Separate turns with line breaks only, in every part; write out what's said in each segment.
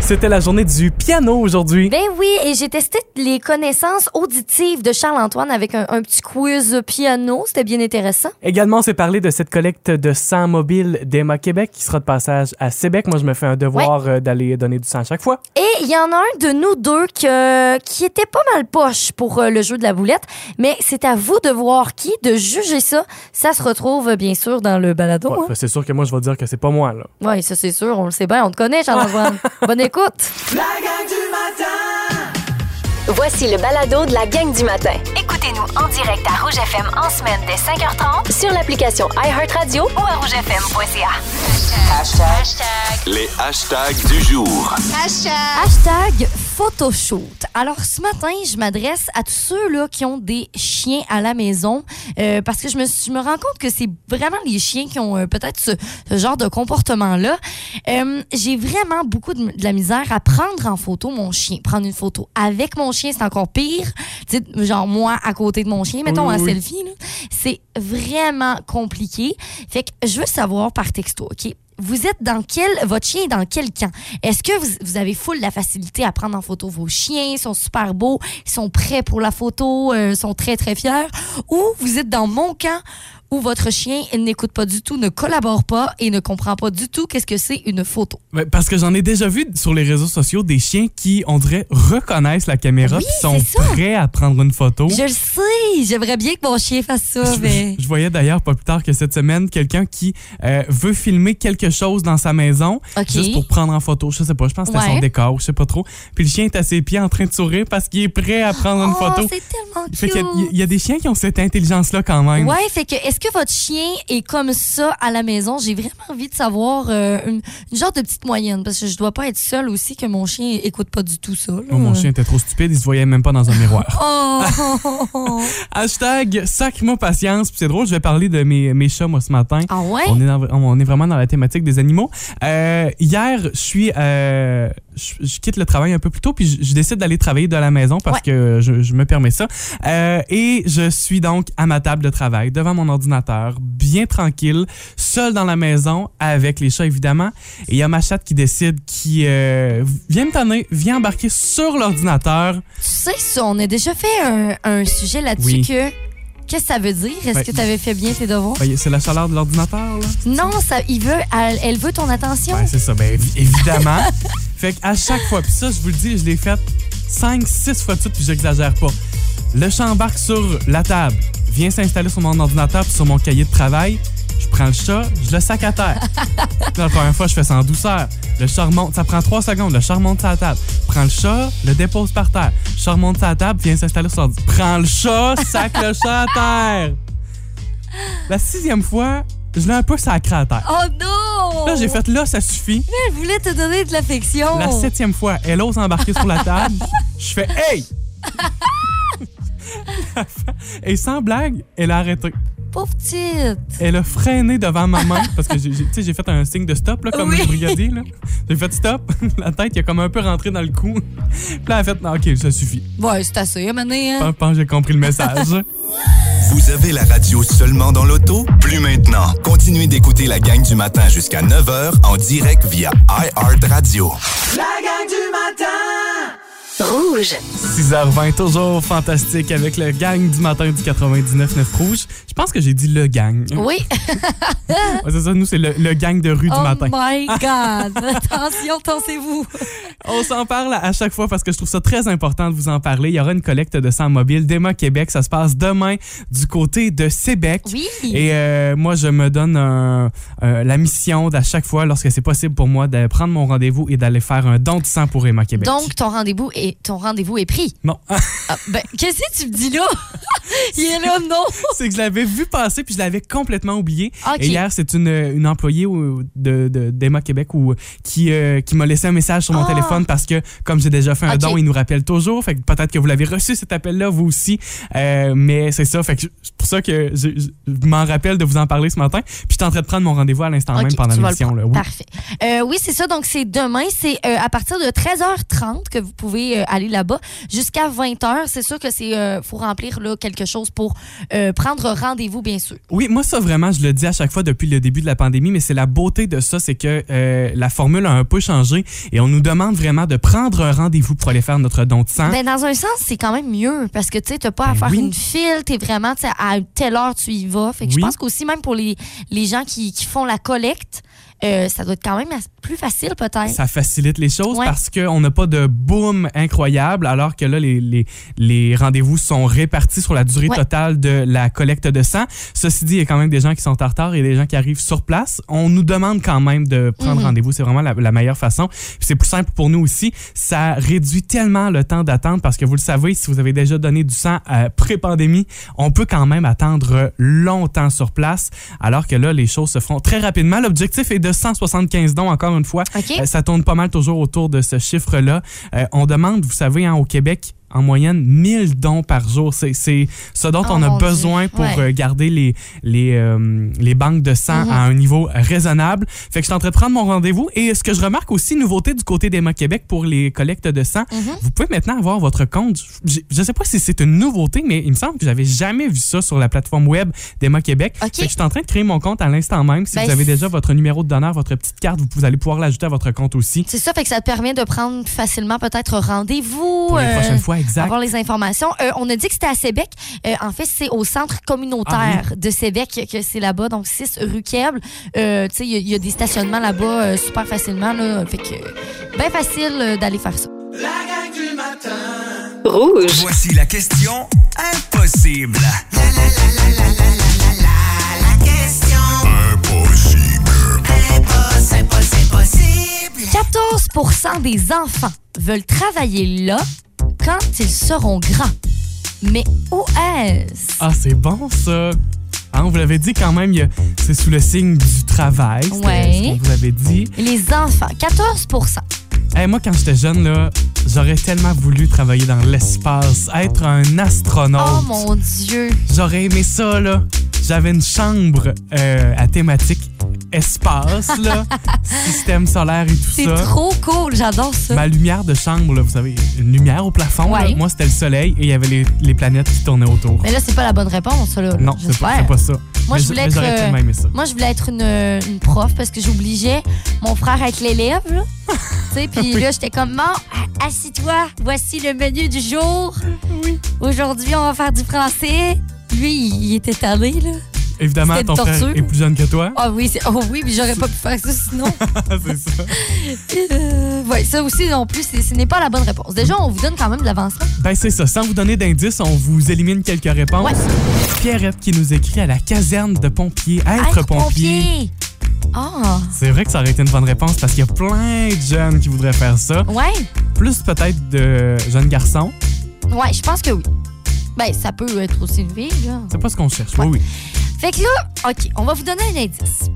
C'était la journée du piano aujourd'hui.
Ben oui, et j'ai testé les connaissances auditives de Charles-Antoine avec un, un petit quiz piano. C'était bien intéressant.
Également, on s'est parlé de cette collecte de sang mobile d'Emma Québec qui sera de passage à Sébec. Moi, je me fais un devoir euh, d'aller donner du sang à chaque fois.
Et il y en a un de nous deux que- qui était pas mal poche pour euh, le jeu de la boulette, mais c'est à vous de voir qui, de juger ça. Ça se retrouve, euh, bien sûr, dans le balado.
Ouais,
hein.
ben, c'est sûr que moi, je vais dire que c'est pas moi. Là.
Oui, ça c'est sûr, on le sait bien, on te connaît, Charles-Antoine. Bonne écoute.
La gang du matin
Voici le balado de la gang du matin.
Écoutez-nous en direct à Rouge FM en semaine dès 5h30
Sur l'application iHeartRadio,
ou à rougefm.ca.
Les hashtags du jour.
Hashtag photoshoot. Alors ce matin, je m'adresse à tous ceux là, qui ont des chiens à la maison euh, parce que je me, suis- je me rends compte que c'est vraiment les chiens qui ont euh, peut-être ce, ce genre de comportement-là. Euh, J'ai vraiment beaucoup de, de la misère à prendre en photo mon chien. Prendre une photo avec mon chien, c'est encore pire. Tu sais, genre moi à côté de mon chien, mettons
Oui,
un
oui, oui.
selfie. là. C'est vraiment compliqué. Fait que je veux savoir par texto, OK? Vous êtes dans quel. Votre chien est dans quel camp? Est-ce que vous, vous avez full la facilité à prendre en photo vos chiens? Ils sont super beaux, ils sont prêts pour la photo, euh, sont très, très fiers. Ou vous êtes dans mon camp où votre chien n'écoute pas du tout, ne collabore pas et ne comprend pas du tout qu'est-ce que c'est une photo?
Ouais, Ben, parce que j'en ai déjà vu sur les réseaux sociaux des chiens qui, on dirait, reconnaissent la caméra,
Oui,
qui sont
c'est ça.
prêts à prendre une photo.
Je le sais, j'aimerais bien que mon chien fasse ça,
Je-
mais.
je- je voyais d'ailleurs pas plus tard que cette semaine quelqu'un qui euh, veut filmer quelque chose dans sa maison
OK.
juste pour prendre en photo. Je sais pas, je pense que c'était
Ouais.
son décor, je sais pas trop. Puis le chien est à ses pieds en train de sourire parce qu'il est prêt à prendre une
Oh,
photo.
c'est tellement cute!
Fait qu'il y a- il y, a des chiens qui ont cette intelligence-là quand même.
Ouais, fait que est-ce que votre chien est comme ça à la maison? J'ai vraiment envie de savoir euh, une, une genre de petite moyenne parce que je dois pas être seule aussi que mon chien écoute pas du tout ça. là.
Oh, mon chien était trop stupide, il se voyait même pas dans un miroir.
Oh! ah
Hashtag sacrement patience. Puis c'est drôle, je vais parler de mes, mes chats, moi, ce matin.
Ah ouais?
On est, dans- on est vraiment dans la thématique des animaux. Euh, hier, je suis, euh, je, je quitte le travail un peu plus tôt, puis je, je décide d'aller travailler de la maison parce
Ouais.
que je, je me permets ça. Euh, et je suis donc à ma table de travail, devant mon ordinateur, bien tranquille, seul dans la maison, avec les chats évidemment. Et il y a ma chatte qui décide, qui euh, vient me tanner, vient embarquer sur l'ordinateur.
Tu sais ça, on a déjà fait un, un sujet là-dessus
Oui.
que. Qu'est-ce que ça veut dire? Est-ce
Ouais.
que tu avais fait bien tes devoirs?
Voyez, C'est la chaleur de l'ordinateur, là.
Non, ça, il veut, elle, elle veut ton attention.
Ouais, c'est ça. Ben, évi- évidemment. fait qu'à chaque fois, puis ça, je vous le dis, je l'ai fait 5, 6 fois de suite, puis j'exagère pas. Le chat embarque sur la table, vient s'installer sur mon ordinateur, puis sur mon cahier de travail. Je prends le chat, je le sac à terre. Puis la première fois, je fais ça en douceur. Le chat remonte, ça prend 3 secondes. Le chat remonte sur la table. Prends le chat, le dépose par terre. Le chat remonte sur la table, vient s'installer sur l'ordi. Prends le chat, sac le chat à terre. La sixième fois, je l'ai un peu sacré à terre.
Oh non!
Là, j'ai fait là, ça suffit.
Elle voulait te donner de l'affection.
La septième fois, elle ose embarquer sur la table. Je fais Hey! Et sans blague, elle a arrêté.
Pauvre petite.
Elle a freiné devant ma main parce que j'ai- j'ai tu sais, j'ai fait un signe de stop là, comme
Oui.
le brigadier. là. J'ai fait stop. La tête, il a comme un peu rentré dans le cou. Puis là, elle a fait Non, OK, ça suffit.
Ouais, c'est assez, mané.
Je
Hein?
pense que j'ai compris le message.
Vous avez la radio seulement dans l'auto? Plus maintenant. Continuez d'écouter la gang du matin jusqu'à 9h en direct via iHeartRadio.
La gang du matin
6h20, toujours fantastique avec le gang du matin du 99-9 Rouge. Je pense que j'ai dit le gang.
Oui.
Ouais, c'est ça, nous, c'est le, le gang de rue du
oh
matin.
my God! Attention, tensez-vous!
On s'en parle à chaque fois parce que je trouve ça très important de vous en parler. Il y aura une collecte de sang mobile d'Emma Québec. Ça se passe demain du côté de Sébec.
Oui!
Et euh, moi, je me donne un- euh, la mission d'à chaque fois, lorsque c'est possible pour moi, de prendre mon rendez-vous et d'aller faire un don de sang pour Emma Québec.
Donc, ton rendez-vous est, ton rendez-vous est pris.
Non,
Ah, ben, qu'est-ce que tu me dis là? Il est là, non?
c'est que je l'avais vu passer puis je l'avais complètement oublié.
OK.
Et hier, c'est une, une employée au- de- de- d'Emma Québec ou, qui, euh, qui m'a laissé un message sur mon
Ah.
téléphone parce que, comme j'ai déjà fait un
OK.
don, il nous rappelle toujours. Fait que peut-être que vous l'avez reçu cet appel-là, vous aussi. Euh, mais c'est ça. Fait que c'est pour ça que je, je m'en rappelle de vous en parler ce matin. Puis je suis en train de prendre mon rendez-vous à l'instant
Ok,
même pendant
tu vas le
l'émission. là.
prendre.
Oui.
Parfait. Euh, oui, c'est ça. Donc, c'est demain. C'est euh, à partir de 13h30 que vous pouvez euh, aller là-bas jusqu'à 20 h C'est sûr que c'est euh, faut remplir là, quelque chose pour euh, prendre rendez-vous, bien sûr.
Oui, moi ça vraiment, je le dis à chaque fois depuis le début de la pandémie, mais c'est la beauté de ça, c'est que euh, la formule a un peu changé et on nous demande vraiment de prendre un rendez-vous pour aller faire notre don de sang.
Ben, dans un sens, c'est quand même mieux parce que tu sais, t'as pas à
Hein? Ben
faire
oui.
une file, t'es vraiment, tu sais, à telle heure tu y vas. Fait que
Oui.
je pense qu'aussi, même pour les, les gens qui, qui font la collecte, euh, ça doit être quand même as- plus facile peut-être.
ça facilite les choses
Ouais.
parce qu'on n'a pas de boom incroyable, alors que là, les, les, les rendez-vous sont répartis sur la durée
Ouais.
totale de la collecte de sang. Ceci dit, il y a quand même des gens qui sont en retard et des gens qui arrivent sur place. On nous demande quand même de prendre
Mhm.
rendez-vous. C'est vraiment la, la meilleure façon. Puis C'est plus simple pour nous aussi. Ça réduit tellement le temps d'attente parce que vous le savez, si vous avez déjà donné du sang euh, pré-pandémie, on peut quand même attendre longtemps sur place, alors que là, les choses se feront très rapidement. L'objectif est de 175 dons, encore une fois.
OK?
Euh, Ça tourne pas mal toujours autour de ce chiffre-là. Euh, on demande, vous savez, hein, au Québec, en moyenne, 1000 dons par jour. C'est- C'est ce dont
Oh
on a
mon Dieu.
besoin pour
Ouais.
euh, garder les, les, euh, les banques de sang
Mhm.
à un niveau raisonnable. Fait que je suis en train de prendre mon rendez-vous. Et ce que je remarque aussi, nouveauté du côté d'Emma Québec pour les collectes de sang,
Mhm.
vous pouvez maintenant avoir votre compte. Je- Je ne sais pas si c'est une nouveauté, mais il me semble que j'avais jamais vu ça sur la plateforme web d'Emma Québec.
OK.
Fait que je suis en train de créer mon compte à l'instant même. Si
Ben,
vous avez
c'est-
déjà votre numéro de donneur, votre petite carte, vous, vous allez pouvoir l'ajouter à votre compte aussi.
C'est ça, fait que ça te permet de prendre facilement peut-être rendez-vous.
Pour les
euh,
prochaines fois, exact.
avoir les informations. Euh, on a dit que c'était à Sébec. Euh, en fait, c'est au centre communautaire
Ah
de Sébec que c'est là-bas, donc 6 rue Kieble. Euh, tu sais, il y a- il y, a des stationnements là-bas euh, super facilement. Là, fait que, bien facile euh, d'aller faire ça.
La gang du matin.
Rouge.
Voici la question impossible. Impossible.
14 des enfants veulent travailler là quand ils seront grands. Mais où est-ce?
Ah, c'est bon ça. Hein, on vous l'avait dit quand même, il y a- c'est sous le signe du travail. C'était
Ouais.
ce qu'on vous avait dit.
Les enfants, 14
Hey, moi, quand j'étais jeune, là, j'aurais tellement voulu travailler dans l'espace, être un astronaute.
Oh mon Dieu!
J'aurais aimé ça, là. J'avais une chambre euh, à thématique espace, là, système solaire et tout
C'est
ça.
trop cool, j'adore ça.
Ma lumière de chambre, là, vous savez, une lumière au plafond. là.
Ouais.
Moi, c'était le soleil et il y avait les, les planètes qui tournaient autour.
Mais là, c'est pas la bonne réponse, ça, là.
non, c'est pas,
j'espère.
c'est pas ça.
Moi,
Mais
je
j-
voulais
mais
être,
J'aurais
euh,
tellement aimé ça.
Moi, je voulais être une, une prof parce que j'obligeais mon frère à être l'élève. là. tu sais, puis là, j'étais comme, bon, assis-toi, voici le menu du jour. Aujourd'hui, on va faire du français. Lui, il il était tanné, là.
Évidemment,
c'était
ton frère
torture.
est plus jeune que toi. Ah,
Ah oui, c'est- oh oui, mais j'aurais pas pu faire ça sinon.
c'est ça.
Euh, ouais, ça aussi, non plus, c'est- ce n'est pas la bonne réponse. Déjà, on vous donne quand même de l'avancement.
Ben, c'est ça. Sans vous donner d'indices, on vous élimine quelques réponses.
Ouais.
Pierrette qui nous écrit à la caserne de pompiers, être,
Être pompier. Ah,
C'est vrai que ça aurait été une bonne réponse parce qu'il y a plein de jeunes qui voudraient faire ça.
ouais.
Plus peut-être de jeunes garçons.
Ouais, je pense que oui. Ben, ça peut être aussi une vie, là.
C'est pas ce qu'on cherche. Oui, oui.
Fait que là, OK, on va vous donner un indice.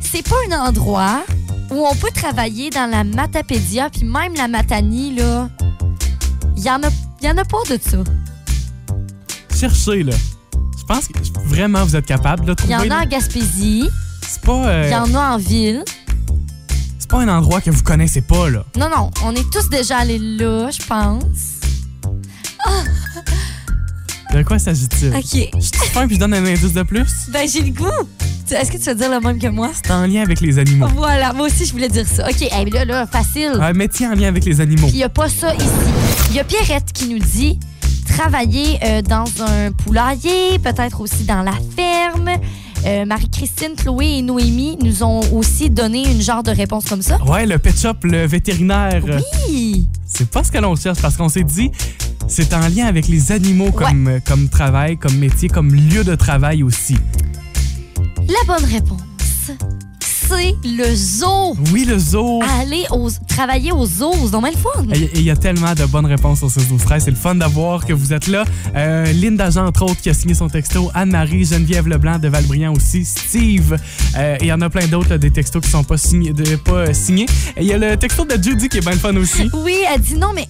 C'est pas un endroit où on peut travailler dans la Matapédia, puis même la Matanie, là. Il y, en a- y en a pas de ça.
Cherchez, là. Je pense que vraiment vous êtes capable de
Il y en
trouver.
a en Gaspésie,
C'est pas, euh,
il y en a en ville.
c'est pas un endroit que vous connaissez pas, là.
Non, non, on est tous déjà allés là, je pense.
De quoi s'agit-il?
OK.
Je suis fin puis je donne un indice de plus.
Ben, j'ai le goût. Tu- Est-ce que tu vas dire le même que moi?
C'est en lien avec les animaux.
Voilà, moi aussi, je voulais dire ça. OK, hey, là, là, facile.
Un métier en lien avec les animaux.
Puis il n'y a pas ça ici. Il y a Pierrette qui nous dit travailler euh, dans un poulailler, peut-être aussi dans la ferme. Euh, Marie-Christine, Chloé et Noémie nous ont aussi donné une genre de réponse comme ça.
Ouais, le pet shop, le vétérinaire.
Hi!
C'est pas ce que l'on cherche parce qu'on s'est dit c'est en lien avec les animaux comme, euh, comme travail, comme métier, comme lieu de travail aussi.
La bonne réponse, c'est le zoo.
Oui, le zoo.
Aller au, travailler aux zoos, c'est donc bien le fun.
Et et Il y a tellement de bonnes réponses sur ce zoo frère. C'est le fun d'avoir que vous êtes là. Euh, Linda Jean, entre autres, qui a signé son texto. Anne-Marie, Geneviève Leblanc de Valbriand aussi. Steve. Euh, et il y en a plein d'autres, là, des textos qui sont pas signés. de- pas, euh, signés. Et il y a le texto de Judy qui est bien le fun aussi.
Oui, elle dit non, mais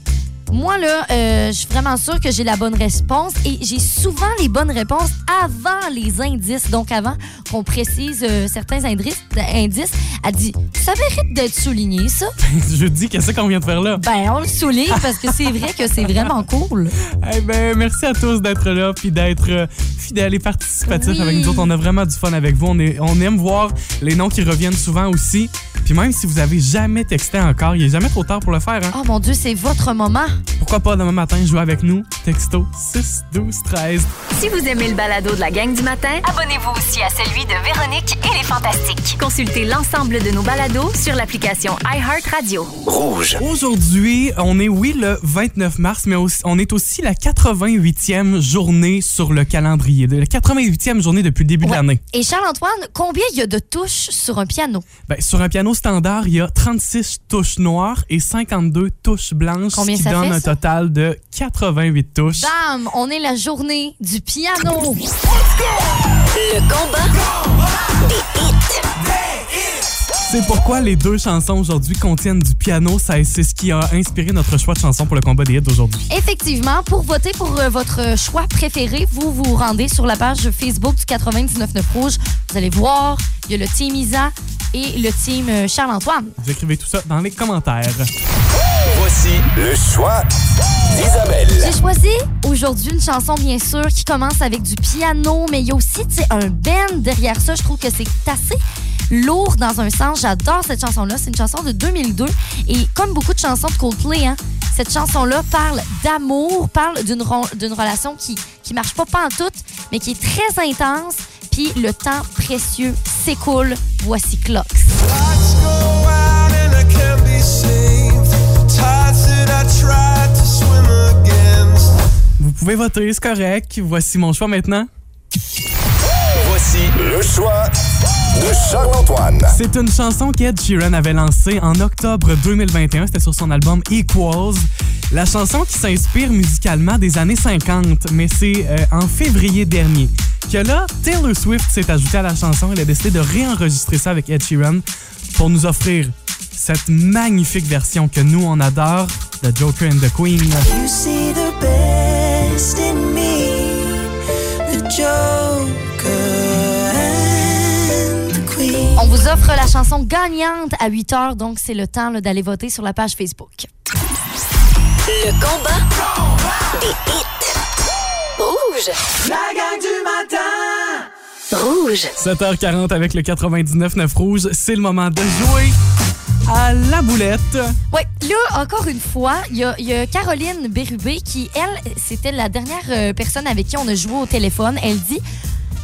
Moi, là, euh, je suis vraiment sûre que j'ai la bonne réponse et j'ai souvent les bonnes réponses avant les indices. Donc, avant qu'on précise euh, certains indices, indices, elle dit Ça mérite d'être souligné, ça.
Je dis, qu'est-ce qu'on vient de faire là?
Ben, on le souligne parce que c'est vrai que c'est vraiment cool.
Eh ben, merci à tous d'être là puis d'être euh, fidèles et participatifs
Oui.
avec nous autres. On a vraiment du fun avec vous. On, est- on aime voir les noms qui reviennent souvent aussi. Puis même si vous avez jamais texté encore, il est jamais trop tard pour le faire. Hein?
Oh mon Dieu, c'est votre moment.
Pourquoi pas demain matin jouer avec nous? Texto 6 12 13.
Si vous aimez le balado de la gang du matin, abonnez-vous aussi à celui de Véronique et les Fantastiques. Consultez l'ensemble de nos balados sur l'application iHeartRadio.
Aujourd'hui, on est, oui, le 29 mars, mais aussi- on est aussi la 88e journée sur le calendrier. De- La 88e journée depuis le début de
Ouais.
l'année.
Et Charles-Antoine, combien il y a de touches sur un piano?
Ben, sur un piano standard, il y a 36 touches noires et 52 touches blanches,
Combien
ce qui
ça
donne
fait,
un
ça? Bah!
total de 88 touches.
Bam! On est la journée du piano.
C'est pourquoi les deux chansons aujourd'hui contiennent du piano. Ça, C'est ce qui a inspiré notre choix de chanson pour le combat des hits d'aujourd'hui.
Effectivement, pour voter pour euh, votre choix préféré, vous vous rendez sur la page Facebook du 99.9 Rouge. Vous allez voir, il y a le team Isa et le team euh, Charles-Antoine.
Vous écrivez tout ça dans les commentaires.
Voici le choix d'Isabelle.
J'ai choisi aujourd'hui une chanson, bien sûr, qui commence avec du piano, mais il y a aussi tu sais, un bend derrière ça. Je trouve que c'est assez lourd dans un sens. J'adore cette chanson-là. C'est une chanson de 2002. Et comme beaucoup de chansons de Coldplay, hein, cette chanson-là parle d'amour, parle d'une ron- d'une relation qui qui marche pas pas en tout, mais qui est très intense. Puis le temps précieux s'écoule. Voici Clocks.
Lights go out and I can't be saved. Tides that I tried to swim against.
Vous pouvez voter, c'est correct. Voici mon choix maintenant.
Voici le choix de Charles-Antoine.
C'est une chanson qu'Ed Sheeran avait lancée en octobre 2021. C'était sur son album Equals. La chanson qui s'inspire musicalement des années 50, mais c'est euh, en février dernier que là, Taylor Swift s'est ajoutée à la chanson. Elle a décidé de réenregistrer ça avec Ed Sheeran pour nous offrir cette magnifique version que nous, on adore, de Joker and the Queen.
You see the best in me, the Joker and the Queen.
On vous offre la chanson gagnante à 8 heures, donc c'est le temps là, d'aller voter sur la page Facebook.
La gang du matin.
7h40 avec le 99.9 Rouge. C'est le moment de jouer à la boulette.
Oui, là, encore une fois, il y, a- il y a Caroline Bérubé qui, elle, c'était la dernière euh, personne avec qui on a joué au téléphone. Elle dit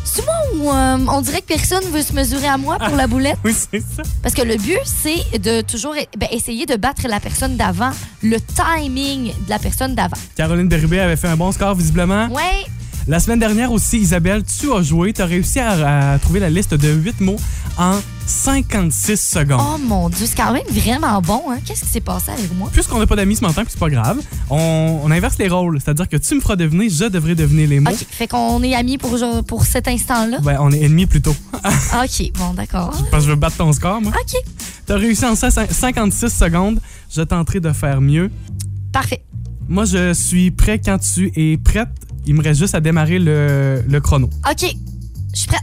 C'est moi ou euh, on dirait que personne veut se mesurer à moi pour la boulette
Oui, c'est ça.
Parce que le but, c'est de toujours eh, ben, essayer de battre la personne d'avant, le timing de la personne d'avant.
Caroline Bérubé avait fait un bon score, visiblement.
Ouais,
La semaine dernière aussi, Isabelle, tu as joué. Tu as réussi à, à trouver la liste de 8 mots en 56 secondes.
oh mon Dieu, c'est quand même vraiment bon. Hein? Qu'est-ce qui s'est passé avec moi
Puisqu'on n'a pas d'amis ce matin, puis c'est pas grave, on, on inverse les rôles. C'est-à-dire que tu me feras deviner, je devrais deviner les mots.
OK, fait qu'on est amis pour, aujourd'hui- pour cet instant-là.
Ben, on est ennemis plutôt.
OK, bon, d'accord.
Parce que je veux battre ton score, moi.
OK,
Tu as réussi en cin- 56 secondes. Je tenterai de faire mieux.
parfait.
Moi, je suis prêt quand tu es prête. Il me reste juste à démarrer le, le chrono.
OK, je suis prête.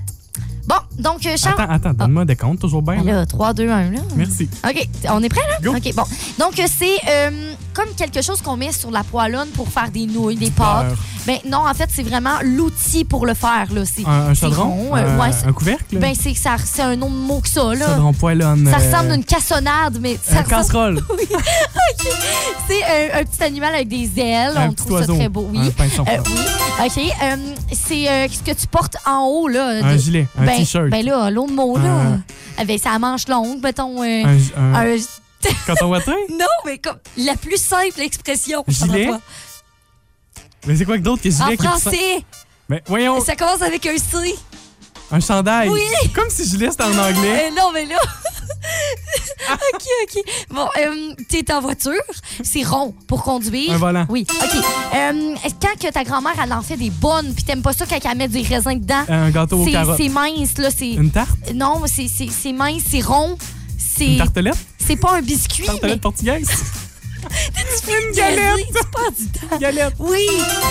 Bon, donc, euh, Charles.
Attends, attends, donne-moi des comptes, toujours bien.
Ben
là.
là, 3, 2, 1, là.
Merci.
OK, on est prêt, là?
Go.
OK, bon. Donc, euh, c'est euh, comme quelque chose qu'on met sur la poêlonne pour faire des nouilles, des pâtes.
beurre.
Ben non, en fait, c'est vraiment l'outil pour le faire, là. C'est,
Un, un
c'est
chaudron?
rond, euh,
un,
ouais, c'est-
un couvercle?
ben, c'est, ça, c'est un autre mot que ça, là.
Chaudron poêlonne.
Ça
euh,
ressemble à une cassonade, mais ça
un
ressemble-
casserole.
Oui. OK. C'est un, un petit animal avec des ailes.
un
on
petit
trouve
oiseau.
ça très beau.
Un
Oui.
pinson.
Euh, oui. OK. euh, c'est euh, ce que tu portes en haut, là.
un
de-
gilet. Un
ben,
t-shirt.
ben là, l'autre mot, là. Euh,
Un-
Avec sa manche longue, mettons. euh,
un, un,
un-
coton ouaté?
Non, mais comme la plus simple expression.
Gilet?
Charles-Antoine.
Mais c'est quoi que d'autre que gilet?
En
qui est plus-
français,
Mais voyons,
ça commence avec un C.
un chandail.
Oui.
Comme si gilet c'était en anglais.
Euh, non, mais là. OK, OK. Bon, euh, t'es en voiture, c'est rond pour conduire.
Un volant.
Oui, OK. Euh, quand que ta grand-mère, elle en fait des bonnes, puis t'aimes pas ça quand elle met des raisins dedans,
euh, Un gâteau aux
c'est-
carottes.
c'est mince, là, c'est...
Une tarte?
Non, c'est- c'est c'est mince, c'est
Une
rond, c'est
tartelette?
c'est pas un biscuit, mais
Tartelette portugaise?
Une galette! Tu passes du temps.
Galette.
Oui!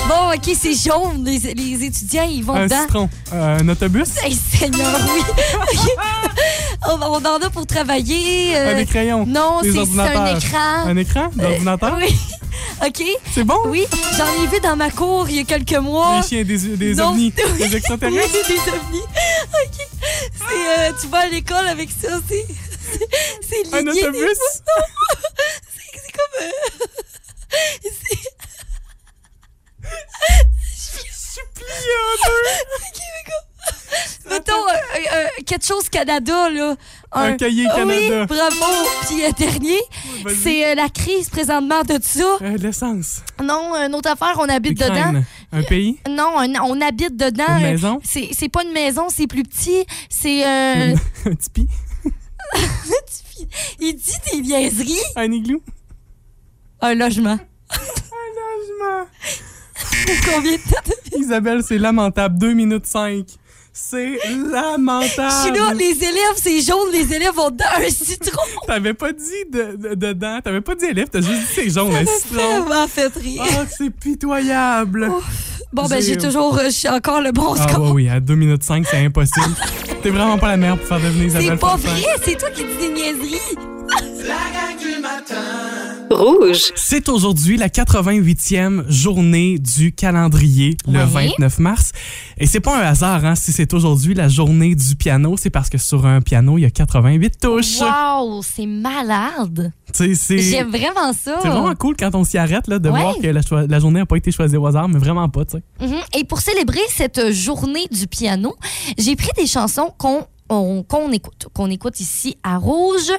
Bon, OK, c'est jaune. Les, les étudiants, ils vont
Un
dedans.
citron. Euh, un autobus.
Hey, Seigneur, oui! OK. on, on en a pour travailler. euh,
Un des crayons.
non,
des
c'est c'est un
ordinateurs.
écran.
Un écran d'ordinateur.
Oui. OK.
C'est bon?
Oui, j'en ai vu dans ma cour il y a quelques mois.
Les chiens, des, des
Non.
ovnis,
Oui.
des
Oui,
extraterrestres.
des ovnis. OK. C'est, euh, tu vas à l'école avec ça, c'est... c'est- C'est
Un
lié des
autobus.
C'est comme. euh, c'est- Ok, mais comme- Mettons euh, euh, euh, quelque chose Canada, là.
Un cahier
Ah Oui,
Canada.
bravo. Puis euh, dernier,
vas-y.
c'est euh, la crise présentement de ça.
Euh, de L'essence.
Non, une autre affaire, on habite dedans.
L'Ukraine. Un pays.
Non, un- on habite dedans.
Une
Euh,
maison?
C'est c'est pas une maison, c'est plus petit. C'est. euh,
Un tipi.
il dit des niaiseries.
Un igloo.
Un logement. Combien de temps? t'as-
Isabelle, c'est lamentable. 2 minutes 5. C'est
Je suis
lamentable.
là, les élèves, c'est jaune, les élèves ont dedans un citron.
T'avais pas dit de, de- dedans, t'avais pas dit élève, t'as juste dit c'est jaune, un citron.
Vraiment fait rire.
Ah, c'est pitoyable.
Bon, ben,
j'ai-
j'ai toujours. euh, Je suis encore le bon
Ah
score.
ouais, oui, à 2 minutes 5, c'est impossible. T'es vraiment pas la meilleure pour faire devenir Isabelle.
C'est pas
Fortin.
vrai, c'est toi qui dis des niaiseries.
Rouge.
C'est aujourd'hui la 88e journée du calendrier, le
Oui.
29 mars. Et c'est pas un hasard hein, si c'est aujourd'hui la journée du piano, c'est parce que sur un piano, il y a 88 touches.
Wow, c'est malade.
Tu sais, C'est
J'aime vraiment ça.
c'est vraiment cool quand on s'y arrête là, de
Ouais.
voir que la, choi- la journée n'a pas été choisie au hasard, mais vraiment pas, tu sais.
Mhm. Et pour célébrer cette journée du piano, j'ai pris des chansons qu'on on- qu'on écoute, qu'on écoute ici à Rouge,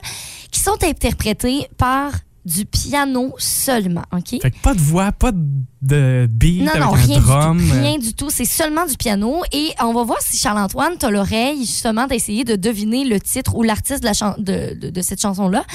qui sont interprétées par du piano seulement, OK?
Fait que pas de voix, pas de- de beat
Non,
avec
non,
un
rien du
drum. euh,
tout. Rien du tout. C'est seulement du piano. Et on va voir si Charles-Antoine, t'as l'oreille justement d'essayer de deviner le titre ou l'artiste de, la chan- de, de- de cette chanson-là.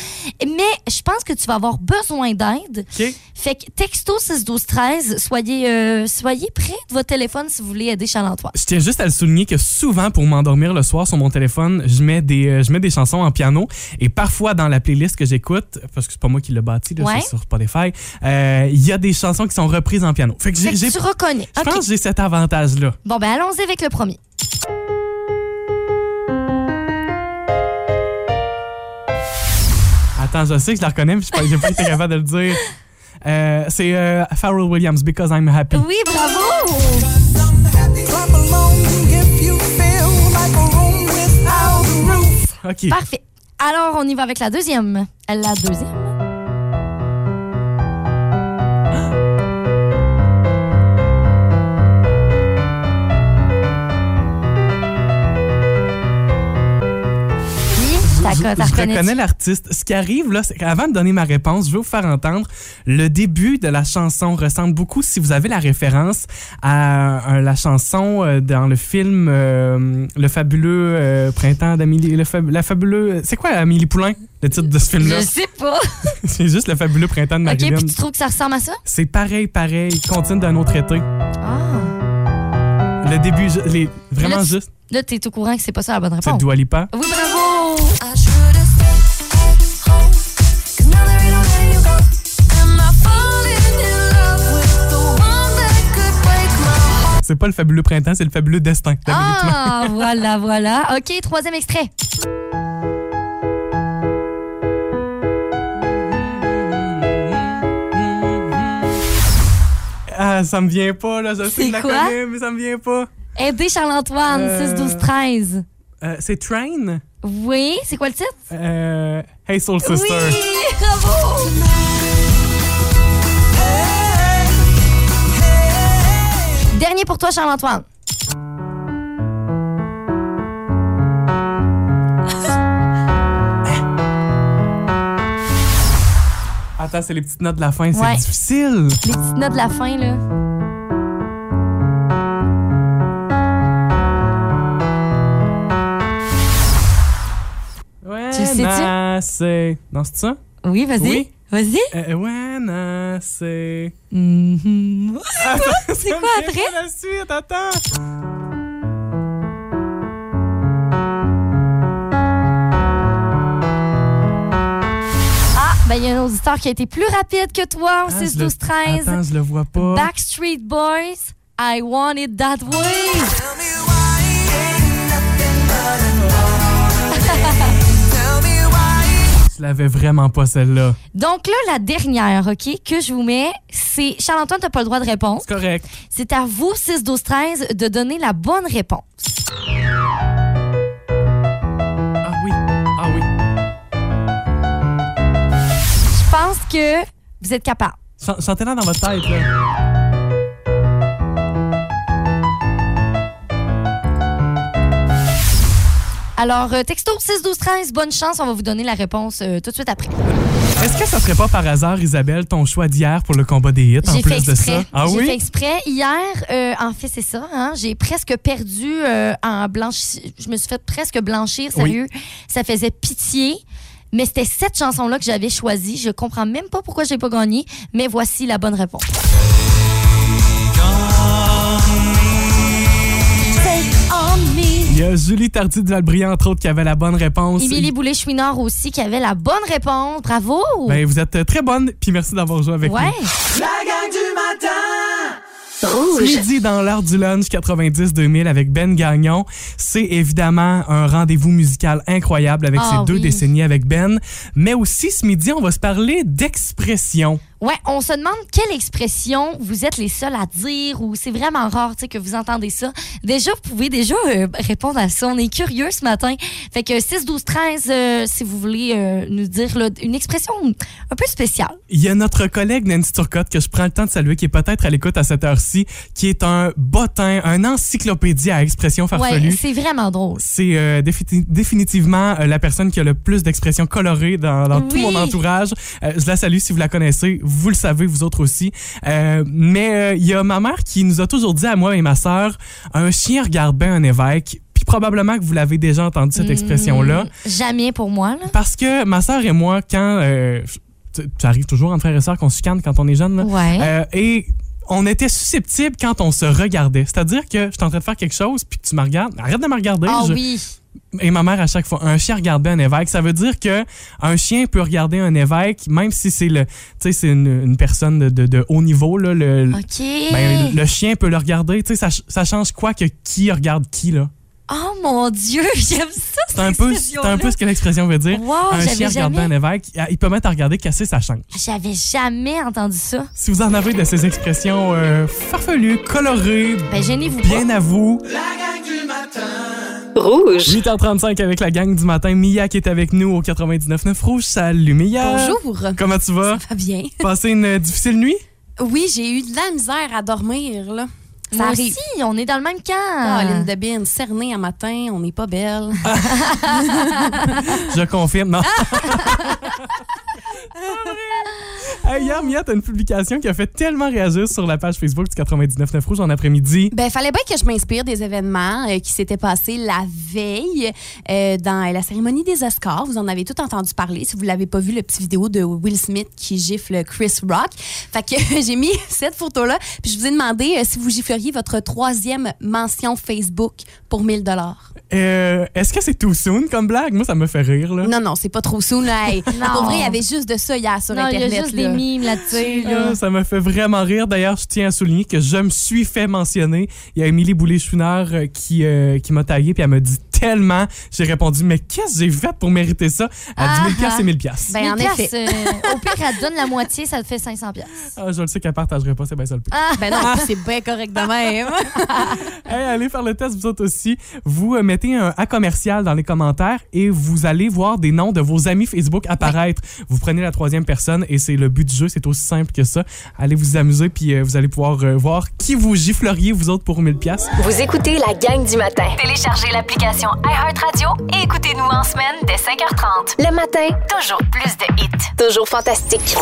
Mais je pense que tu vas avoir besoin d'aide.
OK.
Fait que texto 6 12 13 soyez, euh, soyez près de votre téléphone si vous voulez aider Charles-Antoine.
Je tiens juste à le souligner que souvent, pour m'endormir le soir sur mon téléphone, je mets des, euh, je mets des chansons en piano. Et parfois, dans la playlist que j'écoute, parce que c'est pas moi qui l'ai bâti, là,
Ouais.
c'est sur Spotify, euh, il y a des chansons qui sont reprises en piano. Fait que
Fait
j'ai.
que
j'ai-
tu reconnais.
Je
OK.
pense que j'ai cet avantage-là.
Bon, ben allons-y avec le premier.
Attends, je sais que je la reconnais, mais je n'ai pas été capable de le dire. Euh, c'est euh, Pharrell Williams, Because I'm Happy.
Oui, bravo!
Clap along if you feel like a room without a roof.
OK.
Parfait. Alors, on y va avec la deuxième. La deuxième. Oui, t'as-
Je,
t'as
je
reconnu-
reconnais l'artiste. Ce qui arrive, là, c'est qu'avant de donner ma réponse, je vais vous faire entendre le début de la chanson ressemble beaucoup, si vous avez la référence, à euh, la chanson euh, dans le film euh, Le fabuleux euh, printemps d'Amélie. Le fab- la fabuleux. C'est quoi Amélie Poulain, le titre de ce film-là?
Je sais pas.
C'est juste le fabuleux printemps de
OK,
Marilyn.
puis tu trouves que ça ressemble à ça?
C'est pareil, pareil. Continue d'un autre été.
Ah.
Le début, je- les- vraiment
Là, tu-
juste.
Là, t'es au courant que c'est pas ça la bonne
C'est
réponse.
Dua Lipa.
Oui, bravo!
I should have stayed at home. Cause now there ain't no way you go. Am I falling in love with the one that could break my heart?
C'est pas le fabuleux printemps, c'est le fabuleux destin d'Amélie Poulain.
Ah, voilà, voilà. OK, troisième extrait.
Ah, ça me vient pas, là. Je sais que
C'est
je la
quoi?
connais, mais ça me vient pas.
Aidez Charles-Antoine,
Euh.
6, 12, 13.
Euh, c'est Train?
Oui, c'est quoi le titre?
Euh, hey Soul Sister.
Oui, bravo! Dernier pour toi, Charles-Antoine.
Attends, c'est les petites notes de la fin,
Ouais.
c'est difficile.
Les petites notes de la fin, là.
Ouais,
Tu le sais-tu?
c'est... Non, c'est ça?
Oui, vas-y.
Oui.
Vas-y.
Euh, ouais, non, c'est...
Mhm.
C'est
quoi après?
la suite, attends.
Ben, il y a un auditeur qui a été plus rapide que toi au
Attends, Ah, je le-
6-12-13.
Attends, je le vois pas.
Backstreet Boys, I want it that way.
Je l'avais vraiment pas, celle-là.
Donc là, la dernière, OK, que je vous mets, c'est... Charles-Antoine, t'as pas le droit de répondre.
C'est correct.
C'est à vous, 6-12-13, de donner la bonne réponse.
Ah oui. Ah oui.
Je pense que vous êtes capable.
Chan- Chantez-la dans votre tête, là.
Alors, euh, texto 6-12-13, bonne chance, on va vous donner la réponse euh, tout de suite après.
Est-ce que ça serait pas par hasard, Isabelle, ton choix d'hier pour le combat des hits, en
J'ai fait
plus de
exprès.
ça? Ah
J'ai
oui?
fait exprès. Hier, euh, en fait, c'est ça. hein, J'ai presque perdu euh, en blanchi. Je me suis fait presque blanchir, sérieux. Ça faisait pitié. Mais c'était cette chanson-là que j'avais choisie. Je comprends même pas pourquoi j'ai pas gagné, mais voici la bonne réponse. Take on me.
Il y a Julie Tardy de Valbriand, entre autres, qui avait la bonne réponse.
Émilie Boulay-Chouinard aussi qui avait la bonne réponse. Bravo!
Ben, vous êtes euh, très bonne, puis merci d'avoir joué avec
ouais.
nous. Midi dans l'heure du lunch 90-2000 avec Ben Gagnon. C'est évidemment un rendez-vous musical incroyable avec
Ah
ces deux
oui.
décennies avec Ben. Mais aussi, ce midi, on va se parler d'expression.
Ouais, on se demande quelle expression vous êtes les seuls à dire ou c'est vraiment rare tu sais, que vous entendez ça. Déjà, vous pouvez déjà euh, répondre à ça. On est curieux ce matin. Fait que 6, 12, 13, euh, si vous voulez euh, nous dire là, une expression un peu spéciale.
Il y a notre collègue Nancy Turcotte que je prends le temps de saluer, qui est peut-être à l'écoute à cette heure-ci, qui est un bottin, un encyclopédie à expression farfelue.
Ouais, c'est vraiment drôle.
c'est euh, défi- définitivement euh, la personne qui a le plus d'expressions colorées dans, dans tout
Oui.
mon entourage. Euh, je la salue si vous la connaissez. Vous le savez, vous autres aussi. Euh, mais euh, il y a ma mère qui nous a toujours dit à moi et ma sœur, un chien regarde bien un évêque. Puis probablement que vous l'avez déjà entendu cette expression-là.
Mm, jamais pour moi. Là.
Parce que ma sœur et moi, quand... euh, tu- ça arrive toujours entre frères et sœurs qu'on se chicane quand on est jeune. là.
Ouais.
Euh, et on était susceptibles quand on se regardait. C'est-à-dire que je suis en train de faire quelque chose, puis que tu me regardes. Arrête de me regarder.
Ah
je-
oui.
et ma mère à chaque fois un chien regarde bien un évêque ça veut dire que un chien peut regarder un évêque même si c'est le tu sais c'est une, une personne de, de- de haut niveau là le le-
OK.
ben, le chien peut le regarder tu sais ça, ch- ça change quoi que qui regarde qui là
Oh mon Dieu, j'aime ça.
c'est un peu c'est un peu ce que l'expression veut dire
Wow,
un
j'avais
chien regarde bien un
jamais,
évêque il peut mettre à regarder casser ça change
j'avais jamais entendu ça.
si vous en avez de ces expressions euh, farfelues colorées
Ben, gênez-vous pas.
bien à vous
Rouge.
8h35 avec la gang du matin Mia qui est avec nous au 99.9 Rouge salut Mia
Bonjour.
comment tu vas
Ça va bien.
Passez une euh, difficile nuit?
Oui, j'ai eu de la misère à dormir, là.
Ça
Moi
arrive.
aussi.
on est dans le même camp.
Caroline de Bine, cernée un matin, on n'est pas belle.
Je confirme. Non. Hey, hier, Mia, t'as une publication qui a fait tellement réagir sur la page Facebook du 99.9 Rouge en après-midi.
Ben, fallait bien que je m'inspire des événements euh, qui s'étaient passés la veille euh, dans la cérémonie des Oscars. Vous en avez tout entendu parler. Si vous l'avez pas vu, le petit vidéo de Will Smith qui gifle Chris Rock. Fait que j'ai mis cette photo-là. Puis je vous ai demandé euh, si vous gifleriez votre troisième mention Facebook pour 1000 dollars.
Euh, Est-ce que c'est too soon comme blague? Moi, ça me fait rire. Là.
Non, non, c'est pas trop soon. là. Hey,
Hein? Non.
Pour vrai, il y avait juste de ça hier sur
Non, il y a
Internet.
juste des
là.
mimes là-dessus. là.
Ah, Ça me fait vraiment rire. D'ailleurs, je tiens à souligner que je me suis fait mentionner. Il y a Émilie Boulay-Chouinard euh, qui, euh, qui m'a taillé puis elle m'a dit tellement. J'ai répondu, mais qu'est-ce que j'ai fait pour mériter ça? À
Ah,
10 000 piastres, c'est 1000 piastres.
Ben, en
1000
effet.
piastres, euh, au pire, elle te donne la moitié, ça te fait 500 pièces.
Ah, je le sais qu'elle partagerait pas, c'est bien ça le pire.
Ben non, c'est bien correct de même.
Hey, allez faire le test, vous autres aussi. Vous euh, mettez un A commercial dans les commentaires et vous allez voir des noms de vos amis Facebook apparaître. Vous prenez la troisième personne et c'est le but du jeu, c'est aussi simple que ça. Allez vous amuser puis euh, vous allez pouvoir euh, voir qui vous gifleriez, vous autres, pour 1000 pièces.
Vous écoutez la gang du matin.
Téléchargez l'application iHeartRadio et écoutez-nous en semaine dès 5h30.
Le matin,
Toujours plus de hits.
toujours fantastique.